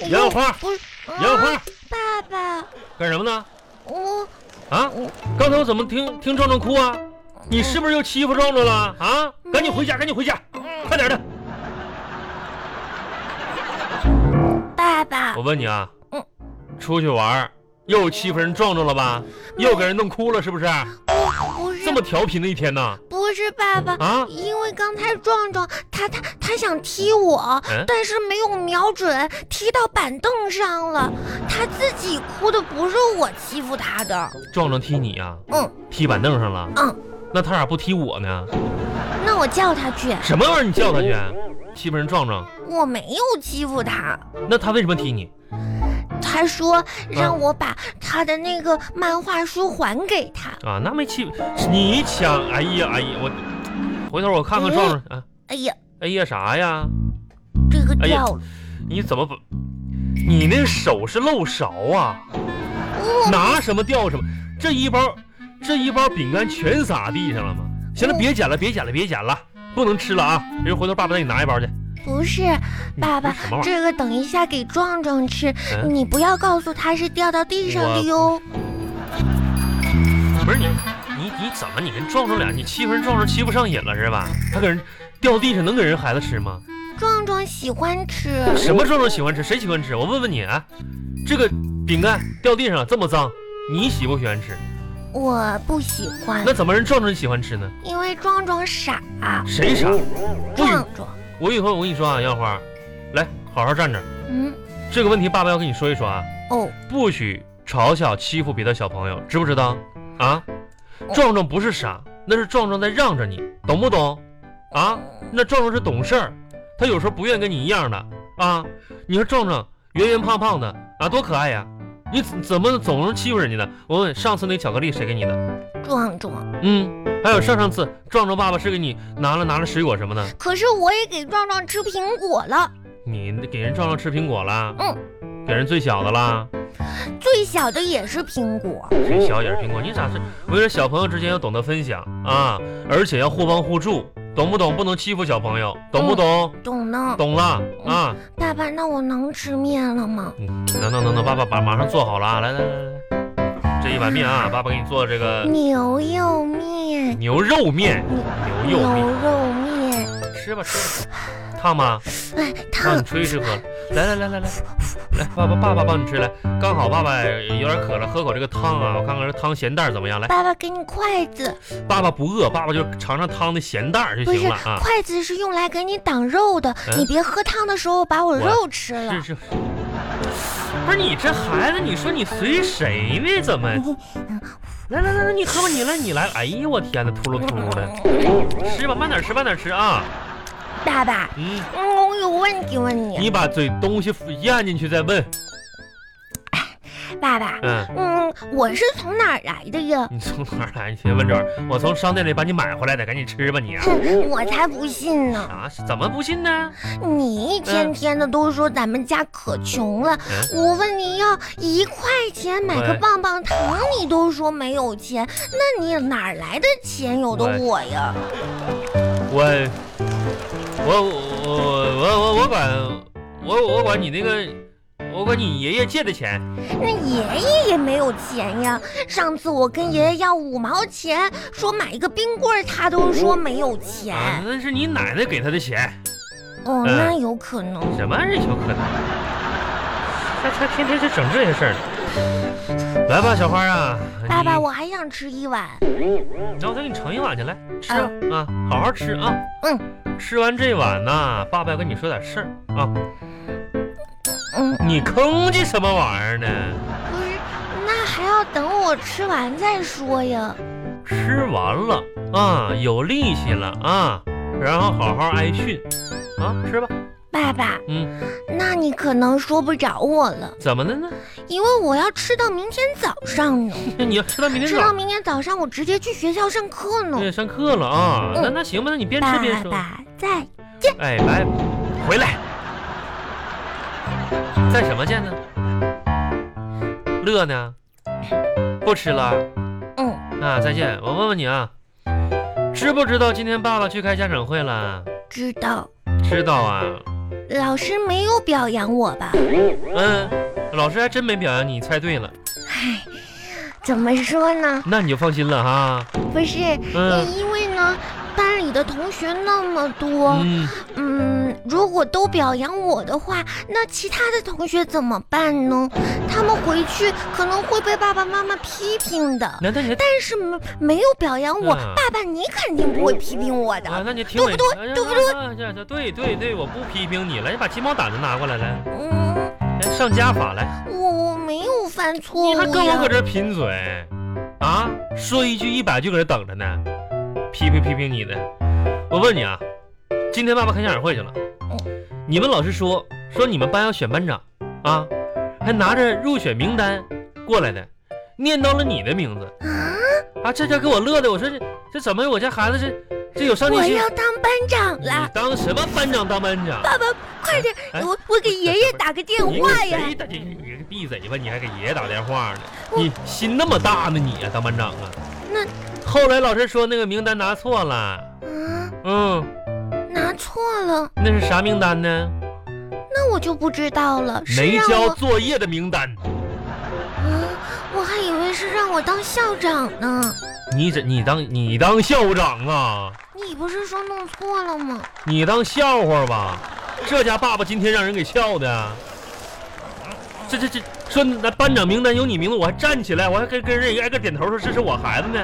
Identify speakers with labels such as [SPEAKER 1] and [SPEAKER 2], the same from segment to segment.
[SPEAKER 1] 我
[SPEAKER 2] 杨小花
[SPEAKER 1] 不是
[SPEAKER 2] 杨花
[SPEAKER 1] 啊爸爸，
[SPEAKER 2] 干什么呢？
[SPEAKER 1] 我
[SPEAKER 2] 啊，刚才我怎么听听壮壮哭啊？你是不是又欺负壮壮了啊？赶紧回家，赶紧回家，
[SPEAKER 1] 嗯
[SPEAKER 2] 快点的！
[SPEAKER 1] 爸爸
[SPEAKER 2] 我，问你啊
[SPEAKER 1] 嗯，
[SPEAKER 2] 出去玩儿又欺负人壮壮了吧？
[SPEAKER 1] 嗯
[SPEAKER 2] 又给人弄哭了是不是？
[SPEAKER 1] 我不是
[SPEAKER 2] 这么调皮的一天呢？
[SPEAKER 1] 不是爸爸，
[SPEAKER 2] 啊
[SPEAKER 1] 因为刚才壮壮他他他想踢我，
[SPEAKER 2] 嗯
[SPEAKER 1] 但是没有瞄准，踢到板凳上了。他自己哭的，不是我欺负他的。
[SPEAKER 2] 壮壮踢你呀、
[SPEAKER 1] 嗯
[SPEAKER 2] 踢板凳上了，
[SPEAKER 1] 嗯，
[SPEAKER 2] 那他咋不踢我呢？
[SPEAKER 1] 那我叫他去，
[SPEAKER 2] 什么玩意儿？你叫他去？欺负人壮壮，
[SPEAKER 1] 我没有欺负他。
[SPEAKER 2] 那他为什么踢你？
[SPEAKER 1] 他说
[SPEAKER 2] 嗯
[SPEAKER 1] 让我把他的那个漫画书还给他。
[SPEAKER 2] 啊，那没欺负你抢，哎呀哎呀，我回头我看看壮壮，啊，
[SPEAKER 1] 哎呀，
[SPEAKER 2] 哎呀啥呀？
[SPEAKER 1] 这个
[SPEAKER 2] 哎呀
[SPEAKER 1] 掉了，
[SPEAKER 2] 你怎么不？你那手是漏勺啊？拿什么掉什么？这一包，这一包饼干全撒地上了吗？行了，别捡了，别捡了，别捡了，不能吃了啊！人回头爸爸带你拿一包去。
[SPEAKER 1] 不是爸爸
[SPEAKER 2] 这嗯什么玩，意
[SPEAKER 1] 这个等一下给壮壮吃，
[SPEAKER 2] 嗯
[SPEAKER 1] 你不要告诉他是掉到地上的哟。
[SPEAKER 2] 儿？不是你，你你怎么你跟壮壮俩，你欺负人壮壮欺负上瘾了是吧？他给人掉地上能给人孩子吃吗？
[SPEAKER 1] 壮壮喜欢吃，
[SPEAKER 2] 什么壮壮喜欢吃？谁喜欢吃？我问问你啊，这个饼干掉地上了这么脏，你喜不喜欢吃？
[SPEAKER 1] 我不喜欢
[SPEAKER 2] 那，怎嗯么人壮壮喜欢吃呢？
[SPEAKER 1] 因为壮壮傻。
[SPEAKER 2] 谁傻？不许
[SPEAKER 1] 壮壮，
[SPEAKER 2] 我以后我跟你说啊，杨花，来好好站着。
[SPEAKER 1] 嗯，
[SPEAKER 2] 这个问题，爸爸要跟你说一说啊，
[SPEAKER 1] 哦，
[SPEAKER 2] 不许嘲笑欺负别的小朋友，知不知道？啊，壮壮不是傻，那是壮壮在让着你，懂不懂？啊，那壮壮是懂事儿，他有时候不愿意跟你一样的啊。你说壮壮圆圆胖胖的啊，多可爱呀、你怎怎么总是欺负人家呢？我问，上次那巧克力谁给你的？
[SPEAKER 1] 壮壮。
[SPEAKER 2] 嗯，还有上上次壮壮爸爸是给你拿了拿了水果什么的？
[SPEAKER 1] 可是我也给壮壮吃苹果了，
[SPEAKER 2] 你给人壮壮吃苹果啦？
[SPEAKER 1] 嗯，
[SPEAKER 2] 给人最小的啦，
[SPEAKER 1] 最小的也是苹果。
[SPEAKER 2] 最小也是苹果。你咋是？我跟你说，小朋友之间要懂得分享啊，而且要互帮互助，懂不懂？不能欺负小朋友，懂不懂？
[SPEAKER 1] 懂呢，
[SPEAKER 2] 懂了啊？
[SPEAKER 1] 爸爸，那我能吃面了吗？
[SPEAKER 2] 嗯，能能能能，爸爸把马上做好了啊，来来来来来，这一碗面啊，爸爸给你做这个
[SPEAKER 1] 牛肉面，
[SPEAKER 2] 牛肉面，牛
[SPEAKER 1] 牛
[SPEAKER 2] 肉面，
[SPEAKER 1] 肉面，
[SPEAKER 2] 吃吧吃吧，烫吗？
[SPEAKER 1] 哎，
[SPEAKER 2] 让你
[SPEAKER 1] 烫，
[SPEAKER 2] 吹吃喝。来来来来来来，爸爸爸爸帮你吃来，刚好爸爸有点渴了，喝口这个汤啊，我看看这汤咸淡怎么样。来，
[SPEAKER 1] 爸爸给你筷子，
[SPEAKER 2] 爸爸不饿，爸爸就尝尝汤的咸淡就
[SPEAKER 1] 不
[SPEAKER 2] 行
[SPEAKER 1] 是
[SPEAKER 2] 了啊。
[SPEAKER 1] 筷子是用来给你挡肉的，
[SPEAKER 2] 嗯
[SPEAKER 1] 你别喝汤的时候把我
[SPEAKER 2] 我
[SPEAKER 1] 肉吃了
[SPEAKER 2] 这。是不是你这孩子？你说你随谁呢？怎么？来来来来，你喝吧，你来你来。哎呦我天哪，秃噜秃噜的，吃吧，慢点吃，慢点吃啊。
[SPEAKER 1] 嗯爸爸，
[SPEAKER 2] 嗯，
[SPEAKER 1] 嗯，我有问题问你，
[SPEAKER 2] 你把嘴东西咽进去再问。
[SPEAKER 1] 爸爸，
[SPEAKER 2] 嗯，
[SPEAKER 1] 嗯，我是从哪儿来的呀？
[SPEAKER 2] 你从哪儿来？你先问这儿，我从商店里把你买回来的，赶紧吃吧你啊。
[SPEAKER 1] 哼，我才不信呢！
[SPEAKER 2] 啊，怎么不信呢？
[SPEAKER 1] 你一
[SPEAKER 2] 嗯
[SPEAKER 1] 天天的都说咱们家可穷了，我问你要一块钱买个
[SPEAKER 2] 喂
[SPEAKER 1] 棒棒糖，你都说没有钱，那你哪儿来的钱有的
[SPEAKER 2] 喂
[SPEAKER 1] 我呀？
[SPEAKER 2] 我我我我我我管我我管你那个，我管你爷爷借的钱。
[SPEAKER 1] 那爷爷也没有钱呀。上次我跟爷爷要五毛钱，说买一个冰棍儿，他都说没有钱。
[SPEAKER 2] 啊，那是你奶奶给他的钱，嗯
[SPEAKER 1] 哦，那有可能。
[SPEAKER 2] 什么是有可能？他他天天就整这些事儿呢。来吧，小花啊，
[SPEAKER 1] 爸爸，
[SPEAKER 2] 你
[SPEAKER 1] 我还想吃一碗。
[SPEAKER 2] 那我再给你盛一碗去，来吃啊啊，好好吃啊。
[SPEAKER 1] 嗯，
[SPEAKER 2] 吃完这碗呢，爸爸要跟你说点事儿啊。
[SPEAKER 1] 嗯，
[SPEAKER 2] 你吭叽什么玩意儿呢？
[SPEAKER 1] 不是，那还要等我吃完再说呀。
[SPEAKER 2] 吃完了啊，有力气了啊，然后好好挨训啊，吃吧。
[SPEAKER 1] 爸爸，
[SPEAKER 2] 嗯，
[SPEAKER 1] 那你可能说不着我了，
[SPEAKER 2] 怎么的呢？
[SPEAKER 1] 因为我要吃到明天早上呢。
[SPEAKER 2] 那你要吃到明天
[SPEAKER 1] 吃到
[SPEAKER 2] 早。嗯
[SPEAKER 1] 明天早上，我直接去学校上课呢。
[SPEAKER 2] 对，上课了啊，
[SPEAKER 1] 嗯
[SPEAKER 2] 那那行吧，那你边吃边
[SPEAKER 1] 爸
[SPEAKER 2] 说。
[SPEAKER 1] 爸在，
[SPEAKER 2] 哎，来，回来，干什么去呢？乐呢？不吃了
[SPEAKER 1] 嗯，
[SPEAKER 2] 啊？再见。我问问你啊，知不知道今天爸爸去开家长会了？
[SPEAKER 1] 知道。
[SPEAKER 2] 知道啊。
[SPEAKER 1] 老师没有表扬我吧？
[SPEAKER 2] 嗯，老师还真没表扬你，猜对了，
[SPEAKER 1] 唉，怎么说呢？
[SPEAKER 2] 那你就放心了哈。
[SPEAKER 1] 不是，
[SPEAKER 2] 嗯
[SPEAKER 1] 因为呢，班里的同学那么多，
[SPEAKER 2] 嗯，
[SPEAKER 1] 嗯，如果都表扬我的话，那其他的同学怎么办呢？他们回去可能会被爸爸妈妈批评的。
[SPEAKER 2] 那那你还
[SPEAKER 1] 但是没没有表扬我，
[SPEAKER 2] 嗯
[SPEAKER 1] 爸爸你肯定不会批评我的。
[SPEAKER 2] 啊，那你挺委屈，对
[SPEAKER 1] 对不
[SPEAKER 2] 对？这这对对对，我不批评你了，你把鸡毛掸子拿过来，来
[SPEAKER 1] 嗯，
[SPEAKER 2] 来上家法来，
[SPEAKER 1] 我我没有犯错误
[SPEAKER 2] 你还跟我
[SPEAKER 1] 呀
[SPEAKER 2] 搁。这贫嘴啊？说一句一百句搁这等着呢，啊批评批评你的。我问你啊，今天爸爸开家长会去了，你们老师说说你们班要选班长啊，还拿着入选名单过来的，念叨了你的名字
[SPEAKER 1] 啊，
[SPEAKER 2] 啊，这家给我乐的，我说这这怎么我家孩子这这有上进
[SPEAKER 1] 我
[SPEAKER 2] 心？
[SPEAKER 1] 要当班长
[SPEAKER 2] 你
[SPEAKER 1] 了，
[SPEAKER 2] 当什么班长当班长？
[SPEAKER 1] 爸爸快点，
[SPEAKER 2] 哎
[SPEAKER 1] 我我给爷爷打个电
[SPEAKER 2] 你
[SPEAKER 1] 话
[SPEAKER 2] 给
[SPEAKER 1] 呀。
[SPEAKER 2] 谁打电？你个闭嘴吧！你还给爷爷打电话呢？你心那么大呢？你啊，当班长啊？
[SPEAKER 1] 那
[SPEAKER 2] 后来老师说那个名单拿错了，
[SPEAKER 1] 啊，
[SPEAKER 2] 嗯，
[SPEAKER 1] 拿错了，
[SPEAKER 2] 那是啥名单呢？
[SPEAKER 1] 那我就不知道了。是
[SPEAKER 2] 没
[SPEAKER 1] 让
[SPEAKER 2] 交
[SPEAKER 1] 我
[SPEAKER 2] 作业的名单。
[SPEAKER 1] 啊，我还以为是让我当校长呢。
[SPEAKER 2] 你这你当你当校长啊？
[SPEAKER 1] 你不是说弄错了吗？
[SPEAKER 2] 你当笑话吧？这家爸爸今天让人给笑的。这这这说那班长名单有你名字，我还站起来，我还跟跟人挨个点头说这是我孩子呢。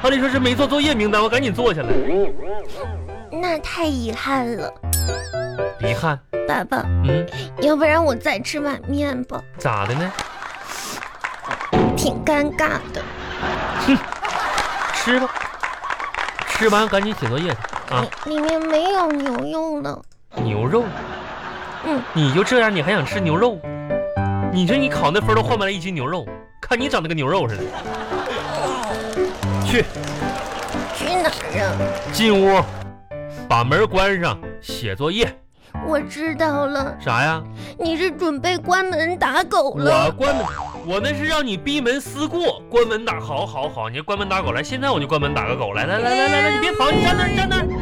[SPEAKER 2] 按理说是没做作业名单，我赶紧坐下来。
[SPEAKER 1] 那太遗憾了，
[SPEAKER 2] 遗憾，
[SPEAKER 1] 爸爸，
[SPEAKER 2] 嗯，
[SPEAKER 1] 要不然我再吃碗面吧，
[SPEAKER 2] 咋的呢？
[SPEAKER 1] 挺尴尬的。
[SPEAKER 2] 吃吧，吃完赶紧写作业去啊！
[SPEAKER 1] 里里面没有牛肉了。
[SPEAKER 2] 牛肉，
[SPEAKER 1] 嗯，
[SPEAKER 2] 你就这样，你还想吃牛肉？你说你考那分都换不来一斤牛肉，看你长得跟牛肉似的。去
[SPEAKER 1] 去哪儿啊？
[SPEAKER 2] 进屋，把门关上，写作业。
[SPEAKER 1] 我知道了，
[SPEAKER 2] 啥呀？
[SPEAKER 1] 你是准备关门打狗
[SPEAKER 2] 我
[SPEAKER 1] 了？
[SPEAKER 2] 关门，我那是让你闭门思过，关门打，好好好，你关门打狗来，现在我就关门打个狗来，来来来来来，你别跑，你站那儿站那儿，